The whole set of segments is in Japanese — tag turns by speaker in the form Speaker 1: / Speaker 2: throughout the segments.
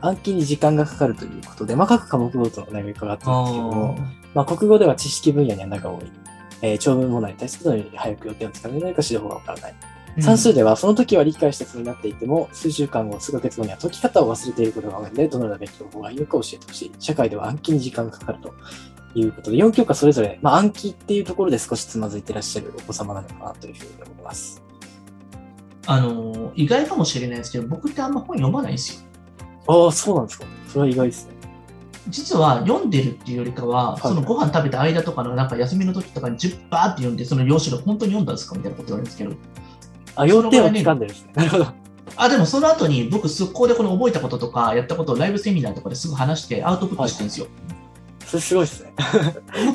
Speaker 1: 暗記に時間がかかるということで、まあ、各科目ごとのお悩み伺ってるんですけども
Speaker 2: あ、
Speaker 1: まあ、国語では知識分野に穴が多い、えー長文問題に対するのより早く予定をつかめないか指導法がわからない、
Speaker 2: ー
Speaker 1: 算数ではその時は理解したつもりになっていても数週間後数ヶ月後には解き方を忘れていることが多いのでどのような勉強法がいいのか教えてほしい社会では暗記に時間がかかるということで4教科それぞれ、まあ、暗記っていうところで少しつまずいてらっしゃるお子様なのかなというふうに思います
Speaker 2: あのー意外かもしれないですけど僕ってあんま本読まないんですよ
Speaker 1: ああそうなんですかそれは意外ですね
Speaker 2: 実は読んでるっていうよりかは、
Speaker 1: い
Speaker 2: そのご飯食べた間とかのなんか休みの時とかに10バーって読んでその用紙が本当に読んだんですかみたいなこと言われるんですけど
Speaker 1: あ要点を掴んでるんですね なるほど
Speaker 2: あでもその後に僕速攻でこの覚えたこととかやったことをライブセミナーとかですぐ話してアウトプットしてるんですよ、
Speaker 1: それすごいですね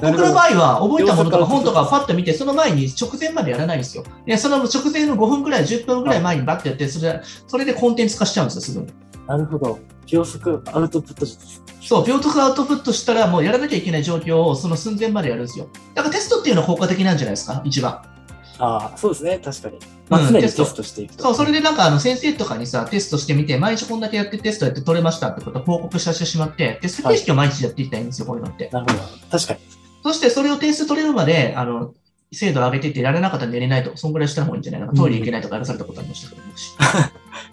Speaker 1: なる
Speaker 2: 僕
Speaker 1: ほど
Speaker 2: の場合は覚えたも
Speaker 1: 要素
Speaker 2: のと
Speaker 1: から
Speaker 2: か本とかパッと見てその前に直前までやらないんですよでその直前の5分ぐらい10分ぐらい前にバッとやってそれそれでコンテンツ化しちゃうんですよすぐに
Speaker 1: なるほど秒速アウトプット術
Speaker 2: そう、秒速アウトプットしたら、もうやらなきゃいけない状況をその寸前までやるんですよ。だからテストっていうのは効果的なんじゃないですか、一番。
Speaker 1: ああそうですね確かに、まあ、
Speaker 2: うん
Speaker 1: 常にテ
Speaker 2: テスト
Speaker 1: ストしていくと
Speaker 2: そう、それでなんかあの先生とかにさ、テストしてみて、毎日こんだけやってテストやって取れましたってことを報告させてしまって、テスト形式を毎日やっていきたいんですよ、こういうのって。
Speaker 1: なるほど確かに
Speaker 2: そしてそれを点数取れるまで、あの、精度を上げていってやらなかったら寝れないと、そんぐらいした方がいいんじゃないのか、トイレ行けないとかやらされたことありましたけど、私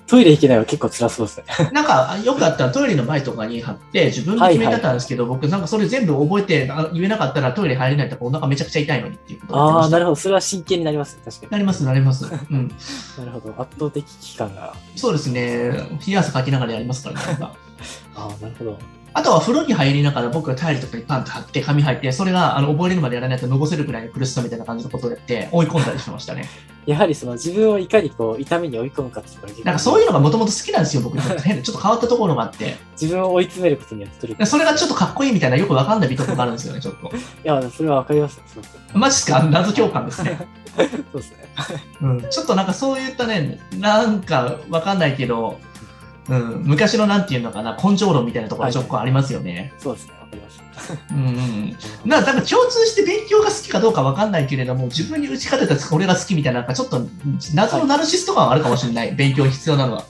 Speaker 1: トイレ行けないは結構辛そうですね
Speaker 2: なんか、よくあったらトイレの前とかに貼って、自分で決めてたんですけど、僕、なんかそれ全部覚えてあ言えなかったらトイレ入れないとか、お腹めちゃくちゃ痛いのにっていうことがありま
Speaker 1: ああ
Speaker 2: し
Speaker 1: ー
Speaker 2: た
Speaker 1: なるほどそれは真剣になりますね確かに
Speaker 2: なります、なり ます。うん。
Speaker 1: なるほど、圧倒的期間が。
Speaker 2: そうですね。冷や汗かきながらやりますからね。 僕は
Speaker 1: ああ、なるほど。
Speaker 2: あとは風呂に入りながら僕がタイルとかにパンと貼って、紙入って、それがあの覚えれるまでやらないとのぼせるくらいの苦しさみたいな感じのことをやって追い込んだりしてました ね。
Speaker 1: やはりその自分をいかにこう痛みに追い込むかっていうのが
Speaker 2: なんかそういうの
Speaker 1: の
Speaker 2: がもともと好きなんですよ、僕にとって。変なちょっと変わったところがあって。
Speaker 1: 自分を追い詰めることによって取り組む
Speaker 2: それがちょっとかっこいいみたいなよくわかんない美徳があるんですよね、ちょっと。
Speaker 1: いや、それはわかりますよ。すごく
Speaker 2: マジっすか謎共感ですね。
Speaker 1: そうですね。
Speaker 2: うん、ちょっとなんかそういったね、なんかわかんないけど、うん、昔のなんていうのかな、根性論みたいなところちょっとありますよね。
Speaker 1: そうですね、わかりました。
Speaker 2: うんうんうん、ななんか共通して勉強が好きかどうかわかんないけれども、自分に打ち勝てた俺が好きみたいな、なんかちょっと謎のナルシスト感はあるかもしれない、勉強に必要なのは。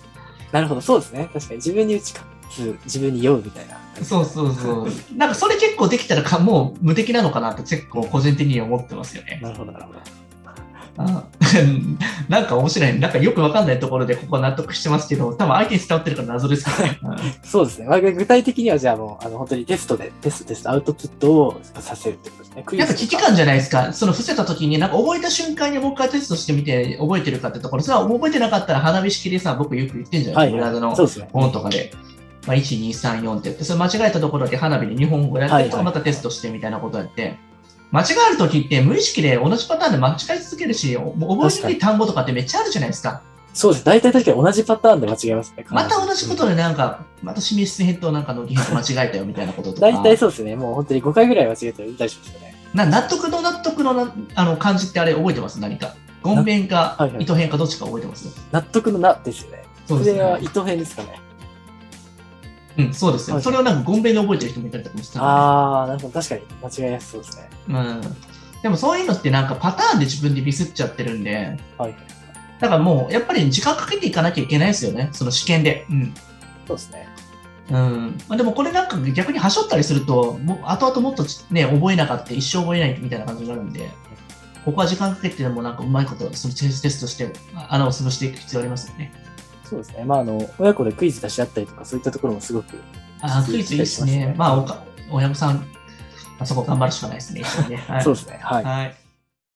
Speaker 1: なるほど、そうですね。確かに自分に打ち勝つ、自分に酔うみたいな。
Speaker 2: そうそうそう。なんかそれ結構できたらか、もう無敵なのかなって結構個人的には思ってますよね。
Speaker 1: なるほど、なるほど。
Speaker 2: あ なんか面白い、なんかよくわかんないところでここは納得してますけど、多分相手に伝わってるから謎ですから ね。うん
Speaker 1: そうですね。まあ具体的にはじゃあもう、あの本当にテストで、テスト、テスト、アウトプットをさせるってことですね。クイ
Speaker 2: やっ
Speaker 1: ズ
Speaker 2: ぱ危機感じゃないですか、その伏せた時に、なんか覚えた瞬間にもう一回テストしてみて、覚えてるかってところ、それは覚えてなかったら、花火式でさ、僕よく言ってんじゃな
Speaker 1: はいい、
Speaker 2: ですか、ブラ
Speaker 1: は
Speaker 2: ウ
Speaker 1: い。
Speaker 2: ザ
Speaker 1: そう
Speaker 2: の
Speaker 1: ですね。
Speaker 2: 本とかで、まあ、1、2、3、4ってやって、それ間違えたところで花火で日本語やってと
Speaker 1: は
Speaker 2: か、
Speaker 1: いは
Speaker 2: ま
Speaker 1: い
Speaker 2: たテストしてみたいなことやって、間違える時って無意識で同じパターンで間違え続けるし、もう覚えにくい単語とかってめっちゃあるじゃないですか。
Speaker 1: そうです。大体確かに同じパターンで間違えますね。
Speaker 2: また同じことでなんか、また清水編となんかの技編と間違えたよみたいなこととか。
Speaker 1: 大体そうですね。もう本当に5回ぐらい間違えたら大丈夫ですよね。
Speaker 2: な納得の納得のなあの漢字ってあれ覚えてます何か。言弁か
Speaker 1: はいはい
Speaker 2: 糸編かどっちか覚えてます
Speaker 1: 納得のなですよね。
Speaker 2: そ
Speaker 1: そう
Speaker 2: です
Speaker 1: れは
Speaker 2: ね。
Speaker 1: 伊藤編ですかね。
Speaker 2: うん、そうです
Speaker 1: は
Speaker 2: よ。
Speaker 1: い
Speaker 2: それをなんか言弁で覚えてる人もいたりとかもしたの
Speaker 1: ああ、なるほど。確かに間違いやすそうですね。
Speaker 2: で。うん。でもそういうのってなんかパターンで自分でミスっちゃってるんで、
Speaker 1: はい。
Speaker 2: だからもうやっぱり時間かけていかなきゃいけないですよね。その試験で。うん。
Speaker 1: そうですね。
Speaker 2: うんまあ、でもこれなんか逆に端折ったりすると、もう後々もっとね、覚えなかった、一生覚えないみたいな感じになるんで、ここは時間かけてでもなんかうまいこと、そのテストして、穴を潰していく必要ありますよね。
Speaker 1: そうですね。まあ、あの、親子でクイズ出し合ったりとか、そういったところもすごく、
Speaker 2: あ
Speaker 1: そう
Speaker 2: クイズいいですね。まあおか、親御さん、あそこ頑張るしかないですね、一緒にね。はい、
Speaker 1: そうですね。はい。
Speaker 2: はい